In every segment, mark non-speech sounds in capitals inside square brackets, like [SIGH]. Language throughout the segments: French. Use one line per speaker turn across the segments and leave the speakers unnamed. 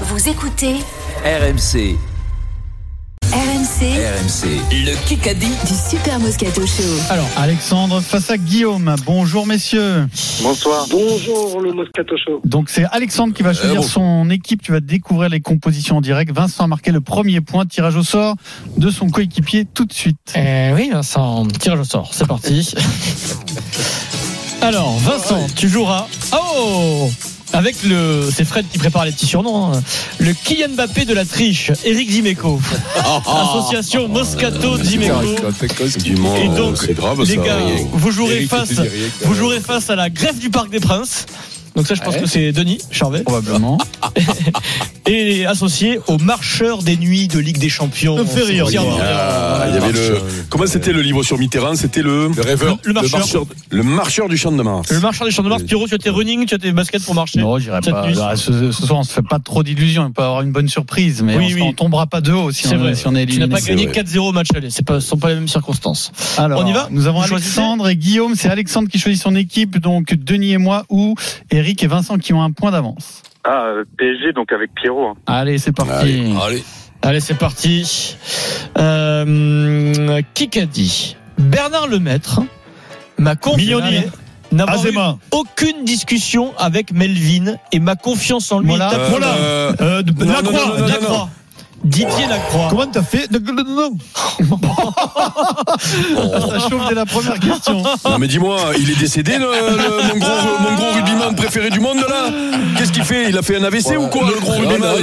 Vous écoutez
RMC,
RMC
RMC, le Kikadi.
du Super Moscato Show.
Alors, Alexandre face à Guillaume. Bonjour, messieurs.
Bonsoir.
Bonjour le Moscato Show.
Donc, c'est Alexandre qui va
Euh,
choisir
bon.
son équipe. Tu vas découvrir les compositions en direct. Vincent a marqué le premier point. Tirage au sort de son coéquipier tout de suite.
Eh oui, Vincent, tirage au sort,
[LAUGHS]
c'est parti. Alors, Vincent, tu joueras. Oh Avec le. C'est Fred qui prépare les petits surnoms. hein. Le Kylian Mbappé de la triche, Eric
[LAUGHS]
Dimeco. Association
Ah,
Moscato Dimeco. Et donc,
euh, c'est grave
Les
ça.
gars, vous jouerez,
Eric, euh,
face,
il te dit rien,
vous jouerez face à la greffe du Parc des Princes. Donc, ça, je pense que c'est Denis Charvet.
Probablement.
Ah, Et associé au marcheur des nuits de Ligue des Champions.
Ça me fait rire,
Tiens,
Guillaume.
Ah,
euh,
il y avait le. Comment c'était le livre sur Mitterrand C'était le. Le rêveur.
Le- le marcheur.
Le marcheur du champ de Mars.
Le marcheur des Champs de Mars, Pierrot, tu as tes running, tu as tes baskets pour marcher.
Non, j'irai
Cette
pas.
nuit.
Bah, ce, ce soir, on se fait pas trop d'illusions. On peut avoir une bonne surprise, mais
Oui,
on, se-
oui.
on tombera pas de haut si,
C'est
on,
vrai.
si on est
Tu n'as
éliminé.
pas gagné
vrai.
4-0 au match aller. C'est pas, ce sont pas les mêmes circonstances.
Alors,
On y va
Nous avons
Vous choisissez
Alexandre et Guillaume. C'est Alexandre qui choisit son équipe. Donc, Denis et moi ou Eric et Vincent qui ont un point d'avance.
Ah, euh, PSG, donc avec Pierrot. hein.
Allez, c'est
Ah,
parti.
Mmh. Allez, c'est parti. Euh, qui qu'a dit Bernard Lemaître m'a confié
Millonnier.
n'avoir eu
Azema.
aucune discussion avec Melvin et ma confiance en lui.
Mola.
tape-
Euh,
Mola.
Euh, de-
Non,
Lacroix.
non, non, non, non,
Lacroix. Didier Lacroix.
Comment t'as fait Ça chauffe dès la première question.
Non, mais dis-moi, il est décédé, le, le- mon, gros, mon gros rugbyman préféré du monde, là Qu'est-ce qu'il fait Il a fait un AVC ou quoi, le gros rugbyman là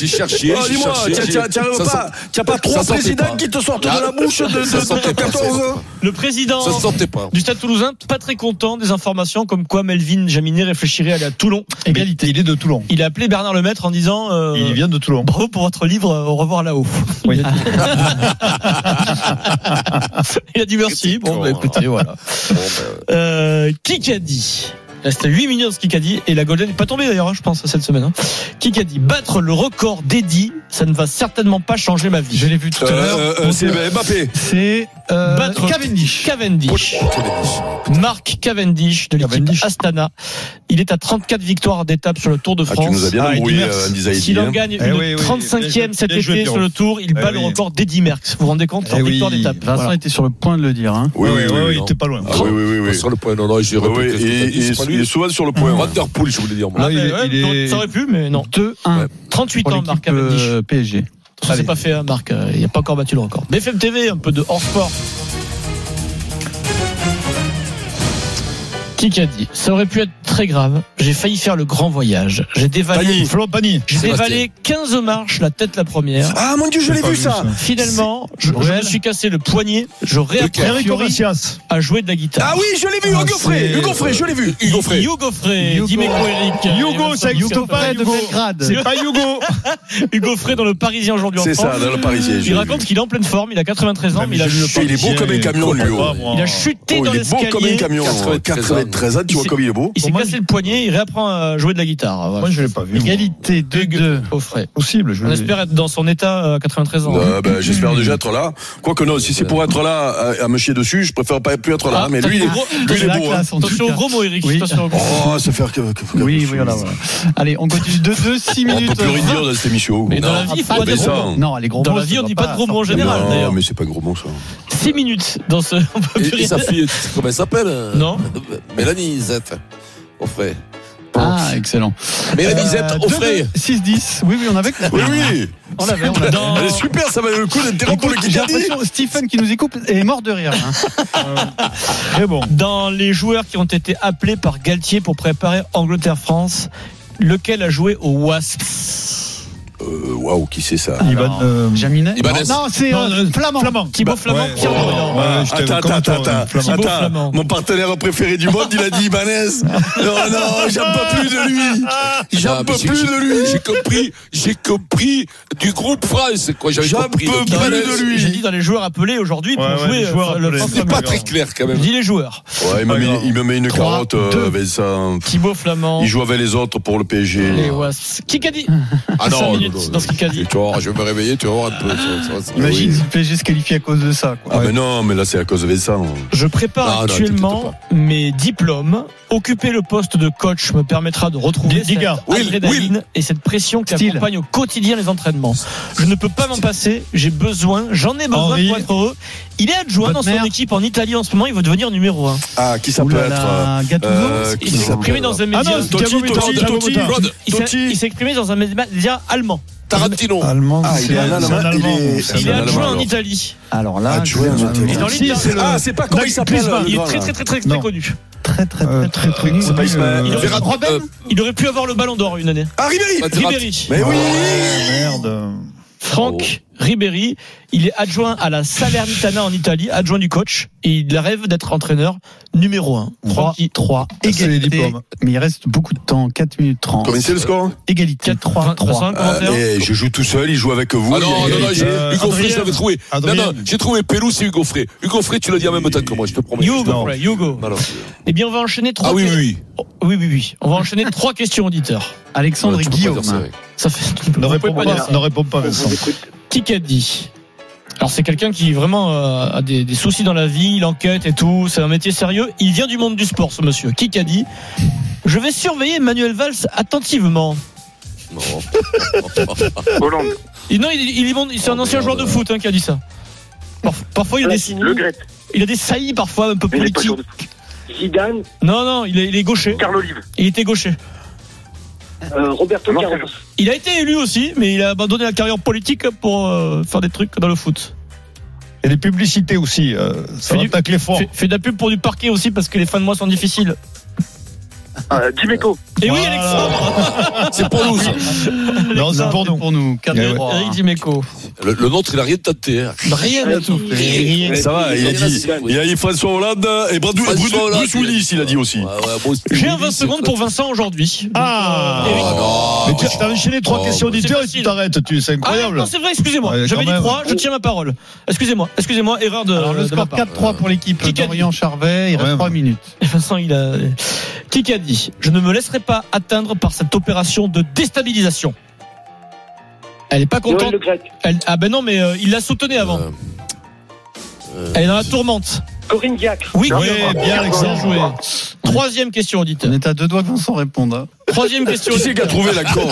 J'ai cherché.
Ah,
j'ai
dis-moi,
cherché,
t'as-
j'ai-
t'as- t'arrives
ça
pas-
sort-
t'as pas trois
ça sortait
présidents
pas. Ah,
qui te sortent de la bouche de, de,
Ça
de
sortait
top
pas,
14
ça.
Le président
Ça sortait pas.
du Stade Toulousain, pas très content des informations comme quoi Melvin Jaminet réfléchirait à aller à Toulon.
Égalité. Il est de Toulon.
Il a appelé Bernard Lemaître en disant euh,
vient de Toulon.
Bravo pour votre livre, euh, au revoir là-haut. Il, a dit... [LAUGHS] Il a dit merci. Bon, bah, écoutez, voilà. Euh, qui a dit Là, c'était 8 millions ce qui a dit. Et la Golden n'est pas tombée d'ailleurs, hein, je pense, cette semaine. hein. Qui a dit Battre le record d'Eddy, ça ne va certainement pas changer ma vie.
Je l'ai vu tout à l'heure.
Euh, euh,
Donc,
C'est Mbappé.
C'est euh,
Battre
Cavendish.
Cavendish. Marc Cavendish de l'équipe
Cavendish.
Astana. Il est à 34 victoires d'étape sur le Tour de
Ah,
France.
tu nous as bien embrouillé, euh, Andy Zaidi,
S'il en
hein.
gagne
Eh
une
oui, oui, oui.
35e
Bien
cet
joué,
été
Pierrot.
sur le tour, il bat
Eh
le
oui.
record d'Eddy Merckx. Vous vous rendez compte En
Eh
victoire
oui.
d'étape.
Vincent
Voilà.
était sur le point de le dire. hein.
Oui, oui, oui, oui, non.
pas loin.
Ah oui, oui, oui, oui.
Sur
le point, non, j'ai
Oui, oui, et- et- il est souvent sur le point. hein. ouais.
Waterpool, je voulais dire. moi.
Ah,
il
ben
est-
ouais,
il est-
Ça aurait pu, mais non.
2-1 pour
38 ans, Marc
l'équipe
Cavendish.
euh, PSG.
Ça
allez.
s'est pas fait, hein, Marc. euh, Il n'a pas encore battu le record. BFM TV, un peu de hors-sport. Qui a dit Ça aurait pu être très grave. J'ai failli faire le grand voyage. J'ai dévalé,
Florent Pagny.
j'ai dévalé 15 marches, la tête la première.
Ah mon dieu, je l'ai vu ça
Finalement, je, je me
Bruel.
suis cassé le poignet. Je réapprends
Macias.
à jouer de la guitare.
Ah oui, je l'ai vu,
Ah,
Hugo Frey
c'est-
Hugo Frey, je l'ai vu Hugo Frey
Hugo Frey,
Hugo.
Dimeco Eric. et Vincent Hugo Frey.
de Belgrade.
C'est pas Hugo. [LAUGHS] Hugo Frey dans le Parisien aujourd'hui en
C'est
France.
ça, dans le Parisien. je
Il
l'ai
raconte qu'il est en pleine forme, il a 93 ans, mais il a,
vu. Il est beau comme un camion, lui. oh.
il a chuté
Oh,
dans
il est beau
l'escalier.
comme un camion. 93 ans, tu vois
Il
comme il est beau.
Il s'est
Pour moi,
cassé le poignet, il réapprend à jouer de la guitare. Voilà.
je l'ai pas vu. Égalité 2-2.
Au frais.
Possible.
On espère être dans son état à 93 ans.
Euh, ben, J'espère déjà être là. Quoique non, si c'est pour être là à, à me chier dessus, je préfère pas plus être là.
Ah,
mais
t'as
lui, il
dit
est,
gros-
lui, il est
la
beau. hein.
classe, en tout
Attention au
cas.
gros mot, Eric.
Oui.
Attention au gros mot.
Oh, se faire que. que- que-
Oui,
que-
oui, voilà, voilà. Allez, on continue 2-2, 6
On
minutes. euh,
peut plus rien dire dans cette émission.
Mais dans la vie, il faut pas
mais
dire
ça,
gros mots.
Non, les gros
Dans
mots,
la vie,
ça
on
doit
dit pas
pas-
de gros mots en
ça-
général,
Non,
d'ailleurs.
mais c'est pas gros mot ça.
6 minutes dans ce. On peut plus
Et, et
rien
sa
dire.
fille, comment elle s'appelle euh,
Non.
Mélanie Zette. Au frais.
Ah, excellent.
Mélanie Zette, au
Euh,
frais.
2-2, 6-10. Oui, oui, on avait.
Oui, oui.
On l'avait, on l'avait.
Dans-
Elle est super, ça valait le coup d'être pour le
J'ai
Kikadi.
l'impression que Stephen qui nous écoute est mort de rire. Très bon.
Dans les joueurs qui ont été appelés par Galtier pour préparer Angleterre-France, lequel a joué au Wasps
Euh, Waouh, qui c'est ça
Jaminet
Ibanez.
euh, Non, c'est euh, Flamand.
Thibaut Flamand, Pierre Dorian.
Oh, ah, Attends, attends, attends,
Thibaut Flamand.
attends. Mon partenaire préféré du monde, il a dit Ibanez. Non, non, j'en peux plus de [LAUGHS] lui.
Ah,
J'en
mais
peux
j'ai-
plus
j'ai-
de lui.
J'ai compris, j'ai compris du groupe France, quoi. J'avais
J'en
compris.
peux
donc,
plus
Dans
Ibanez.
les-
de lui.
J'ai dit dans les joueurs appelés aujourd'hui pour
Ouais, ouais,
jouer
les joueurs
euh, le
appelés.
France
C'est
Flamand.
pas très clair, quand
Je
même.
dis les joueurs.
Ouais, il m'a
Pas
mis,
grave.
il me met une
Trois,
carotte, euh,
deux.
avec ça.
Thibaut Flamand.
Il joue avec les autres pour le PSG.
Les Wasps. Qui a dit
Ah
Cinq
non,
minutes. Nice dans ce Kikadi.
Et tu vas voir, je vais me réveiller, tu vas voir un peu. ça- ça- ça-
Imagine
oui.
si le PSG se qualifie à cause de ça. quoi.
Ah, mais non, mais là, c'est à cause de Vincent.
Je prépare
Non, non,
actuellement mes diplômes. Occuper le poste de coach me permettra de retrouver cette
Digard.
Will,
adrénaline et cette pression qui
Style.
accompagne au quotidien les entraînements. Je ne peux pas m'en passer. J'ai besoin, j'en ai besoin
Henri.
pour être heureux. Il est adjoint dans son
Bodmer.
équipe en Italie en ce moment. Il veut devenir numéro 1
Ah, qui ça
Ouh
peut
là
être euh,
là, Gattuso
euh, qui
Il s'est
ça
exprimé
peut-
dans un
Ah
média.
non,
Il s'est-
Totti,
Thiago
Totti,
Motta,
Totti,
Thiago
Rod,
il s'est-
Totti,
il s'est exprimé dans un média allemand.
Tarantino.
Allemand,
Ah, il est
c'est-
allemand,
c'est un
il
allemand.
est-
C'est
Il
un
un
est
allemand,
adjoint en
alors.
Italie.
Alors là,
Ah, tu vois,
c'est un
un Allemand.
Il est dans
Si,
l'Italie.
c'est le-
Ah, c'est pas comment il s'appelle euh,
Griezmann.
le
Il est
grand,
très
là.
très très très très
Non.
connu.
très très très très connu.
C'est pas Ismaël.
Euh,
Verratti.
Robben
Euh,
Il aurait pu avoir le Ballon d'Or une année.
Ah, Ribéry
Ribéry.
Eh
Mais oui
Oh,
Merde.
Franck Ribéry, il est adjoint à la Salernitana en Italie, adjoint du coach, et il rêve d'être entraîneur numéro 1.
Trois.
Francky 3.
Égalité. Mais il reste beaucoup de temps, 4 minutes 30.
Combien c'est le score
Égalité 3 3.
Eh, Je joue tout seul, il joue avec vous.
Ah
il y a
non, non, non,
égalité.
j'ai-
Euh,
Hugo Frey, je l'avais trouvé. Non,
Adrien.
non, j'ai trouvé Pelou, c'est Hugo Frey. Hugo Frey, tu l'as dit en même temps que moi, je te promets.
Hugo, ouais, Hugo.
Non, non.
Eh bien, on va enchaîner trois.
Ah oui,
que-
oui, oui.
Oh, oui, oui, oui. On va enchaîner trois questions auditeurs.
Alexandre
Ouais,
et
tu peux pas dire ça,
Guillaume.
ouais.
Ça fait. vous pouvez pas dire ça. Qui qu'a dit Alors c'est quelqu'un qui vraiment euh, a des, des soucis dans la vie, il enquête et tout, c'est un métier sérieux. Il vient du monde du sport, ce monsieur. Qui qu'a dit Je vais surveiller Manuel Valls attentivement.
Hollande,
Et non, il, il, il monte- c'est
Oh,
un ancien joueur de foot hein, qui a dit ça. Parf- parfois il a des
Le Gret,
il a des saillies parfois un peu
mais il est pas
politiques.
sûr de
Zidane,
Non non, il est, il est gaucher.
Carl Olive.
Il était gaucher.
euh, Roberto
Non,
Carlos.
Il a été élu aussi, mais il a abandonné la carrière politique pour euh, faire des trucs dans le foot.
Et les publicités aussi, euh, ça
Fait
va
du-
tacler fort.
Fait, fait de la pub pour du parquet aussi parce que les fins de mois sont difficiles.
Euh, Dimeco,
Et oui,
Voilà.
Alexandre.
C'est pour nous, ça.
Non, c'est pour nous.
Pour nous, 4
Eh ouais.
3.
Eric Dimeco.
Le, le nôtre, il a rien tenté. hein.
Rien du tout.
[LAUGHS] Ça va, il a dit.
Zidane.
Il a dit François Hollande et Brad-
François
Bruce
Hollande,
Bruce Willis, il a dit aussi.
Ouais, ouais, Bruce
J'ai un
Willis,
20 secondes pour Vincent aujourd'hui.
Ah,
Eh oui.
Oh, non.
Mais tu as enchaîné trois
Oh,
questions
bah,
auditeurs
c'est
et tu
facile.
t'arrêtes, tu- c'est
Ah
incroyable.
non, c'est vrai, excusez-moi.
Ouais,
J'avais
quand
dit
même.
3, je tiens ma parole. Excusez-moi, excusez-moi, erreur de.
Alors,
de
Euh, le
ma
score
part.
4-3 pour l'équipe
Qui qu'a
d'Orient Charvet. Il reste
Ouais.
3 minutes.
Vincent, il a. Qui qui a dit Je ne me laisserai pas atteindre par cette opération de déstabilisation. Elle est pas
Noël
contente.
Le Gret.
Elle- Ah ben non, mais euh, il la soutenait avant.
Euh, euh,
Elle est dans la tourmente.
Corinne Diacre.
Oui,
Oui,
Guillaume.
bien
Bien
Alexandre.
joué. Troisième question,
On [LAUGHS]
auditeur.
est à deux doigts de Vincent répondre.
Troisième question.
Qui c'est qui a trouvé
auditeur.
la con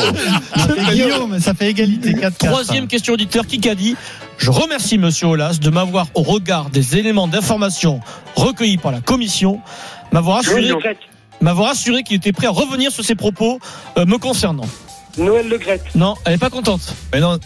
C'est [LAUGHS] Guillaume, ça fait égalité 4-4.
Ah, Troisième question auditeur qui a dit Je remercie Monsieur Olas de m'avoir, au regard des éléments d'information recueillis par la commission, m'avoir
Noël
assuré,
Le Gret.
m'avoir assuré qu'il était prêt à revenir sur ses propos euh, me concernant.
Noël Le Gret.
Non, elle est pas contente.
Mais non,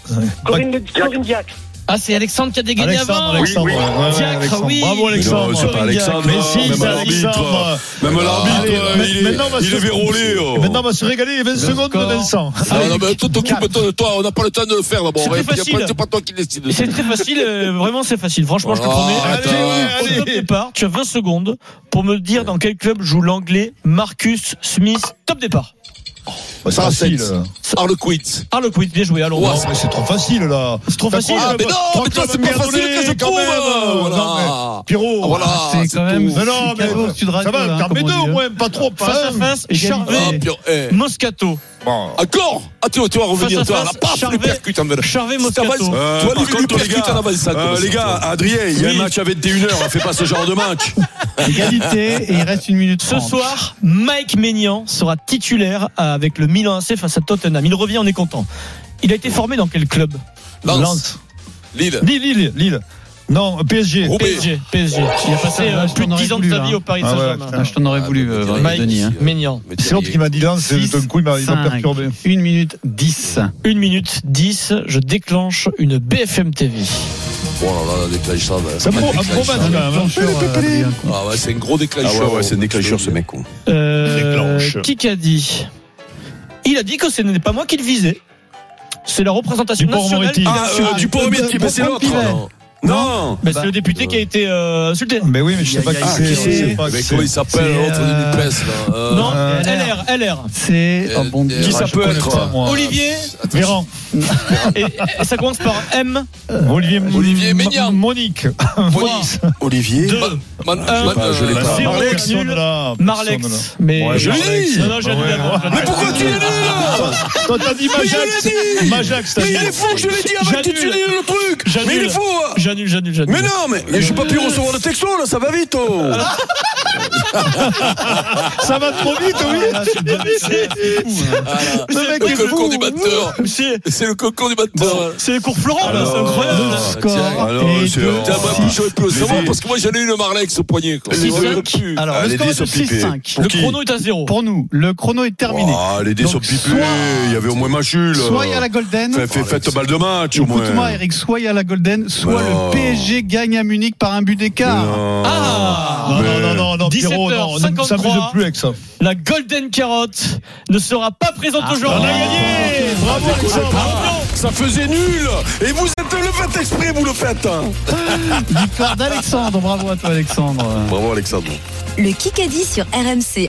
Corinne, Le... Corinne Diacre.
Ah, c'est Alexandre qui a dégainé avant.
Alexandre, Alexandre.
Oui, oui.
ouais, ouais,
Diacre,
Alexandre. Bravo Alexandre.
oui.
Non, c'est pas Alexandre,
Mais si,
même
c'est
l'arbitre.
Alexandre.
Même
Allez,
l'arbitre,
mais-
il est-
maintenant, on va
il
se-
est vérolé. oh.
Maintenant, on va se régaler les 20 secondes de
score.
Vincent.
Ah
non, non, mais toi, t'occupe-toi de toi, on n'a pas le temps de le faire d'abord. hein.
C'était
Et puis après,
facile.
C'est
Euh,
pas toi qui décide.
C'est très facile, euh, vraiment c'est facile. Franchement,
Ah,
je te
Voilà,
promets.
attends.
Au top départ, tu as 20 secondes pour me dire dans quel club joue l'anglais Marcus Smith. Top départ.
Bah, C'est
Ça,
facile.
c'est- Harlequins.
Harlequin, bien joué. Allons.
Ouais,
Non, mais c'est trop facile là.
c'est trop facile.
Ah, mais non, mais toi, c'est pas facile que je trouve. euh, Voilà.
Pierrot.
Voilà.
Ah, C'est quand même.
Mais non, mais
Chicago, Sud
ça
Radio,
va,
là,
t'en
comme
mets
on
deux
dit,
au
hein.
moins, pas trop,
Face
pas
à
un.
face,
Égalité.
Ah,
Charvet,
Pierre, eh.
Moscato.
Bon.
Encore Ah, tu, tu vas revenir,
Face à
toi.
face,
La paf,
Charvet.
le percute en verre.
Charvet
Si t'avances,
Moscato.
Euh,
Tu vois,
par
lui, lui,
contre, les
percute en
gars,
avançant,
euh,
comme
les
ça,
gars,
toi.
Adrien, il y a
Oui.
un match à 21h, on fait pas ce genre de
[LAUGHS]
match.
hein. Égalité et il reste une minute
Ce
30.
soir, Mike Maignan sera titulaire avec le Milan AC face à Tottenham. Il revient, on est content. Il a été formé dans quel club
Lance.
Lance.
Lille.
Lille, Lille, Lille. Non, PSG.
Roubaix.
PSG. PSG. Il a passé
Ah,
euh,
je
plus de
t'en
10 ans de
aurais
sa
voulu,
vie
hein.
au Paris
Ah ouais,
Saint-Germain.
putain.
Ah, je t'en aurais voulu,
Ah,
euh,
mais
Mike
Denis. hein.
Maignan.
Mais
C'est l'autre qui m'a dit Lance, et d'un coup, il m'a il m'a perturbé.
1 minute 10.
1 minute 10, je déclenche une BFM TV.
Oh là là, là, déclencheur. là.
C'est un beau un beau match
Déclencheur.
quand même. hein.
Plancheur, euh, Adrien.
Ah ouais, c'est un gros déclencheur.
mec.
Euh,
Déclenche.
qui qu'a dit Il a dit que ce n'est pas moi qui le visais. C'est la représentation
Dupont
nationale.
Moretti.
Ah, euh,
nationale.
du Porométi, mais c'est l'autre.
Non.
Non
Ben, c'est le député qui a été euh, insulté.
Bah,
Mais oui, mais je sais pas qui
Ah,
c'est.
qui
je sais
c'est
pas
Mais
qui
comment il
c'est.
s'appelle
C'est,
l'autre
euh,
du PES là euh,
non,
euh,
LR, LR.
C'est.
euh,
Oh bon
euh,
Dieu.
Qui ça
je
peut
connais
être
pas.
Moi,
Olivier
Attends,
Véran.
Et et ça commence par M.
Olivier,
Olivier
M-
Maignan.
Monique.
Monique.
Olivier.
Deux.
Man-
Un.
Man-
pas, je
Bah,
l'ai
euh,
pas.
Zéro
Marlex.
nul.
là.
Marlex. Mais
Ouais, je
l'ai dit.
Non, non, je l'ai dit avant, je l'ai dit
Mais pourquoi tu l'as dit là
Toi, t'as dit
Mais je
Majax.
l'ai dit
Majax, t'as
Mais
dit.
il est faux, je l'ai dit avant que tu
J'annule.
lis le truc Mais il
J'annule.
est faux hein.
J'annule, j'annule, j'annule.
Mais non, mais j'ai pas pu recevoir le texto là, ça va vite oh
Ça va trop vite,
Ah,
oui.
[LAUGHS]
Ah,
C'est
mec est
le
fou.
concours du batteur.
C'est
C'est le concours du batteur.
c'est les cours Florent, là, c'est incroyable.
euh,
Le score
Alors,
est
c'est-
de
Tiens, bah,
Oh.
moi, j'aurais pu le savoir
Mais-
parce que moi, j'en ai une Marlex au poignet. quoi.
Six,
J'aurais
cinq.
pu.
Alors, le
les
score est
dés
de
sont pipés.
6-5.
Le
qui
chrono est à zéro.
Pour nous, le chrono est terminé.
Ah, les dés
Donc,
sont pipés,
soit-
il y avait au moins euh. machul.
Soit il y a la Golden.
Fait- fait- Faites balle de match au moins.
Écoute-moi, Eric, soit il y a la Golden, soit
Mais non.
le PSG gagne à Munich par un but d'écart.
Non.
Ah
Non, non, non, non, non, Pierrot, non, ne
17h53.
s'amuse plus avec ça.
La Golden Carotte ne sera pas présente aujourd'hui.
On a gagné Bravo, Alexandre
Ça faisait nul Et vous êtes le faites exprès, vous le faites hein.
Victoire d'Alexandre. Bravo à toi, Alexandre.
Bravo Alexandre.
Le Kikadi sur RMC.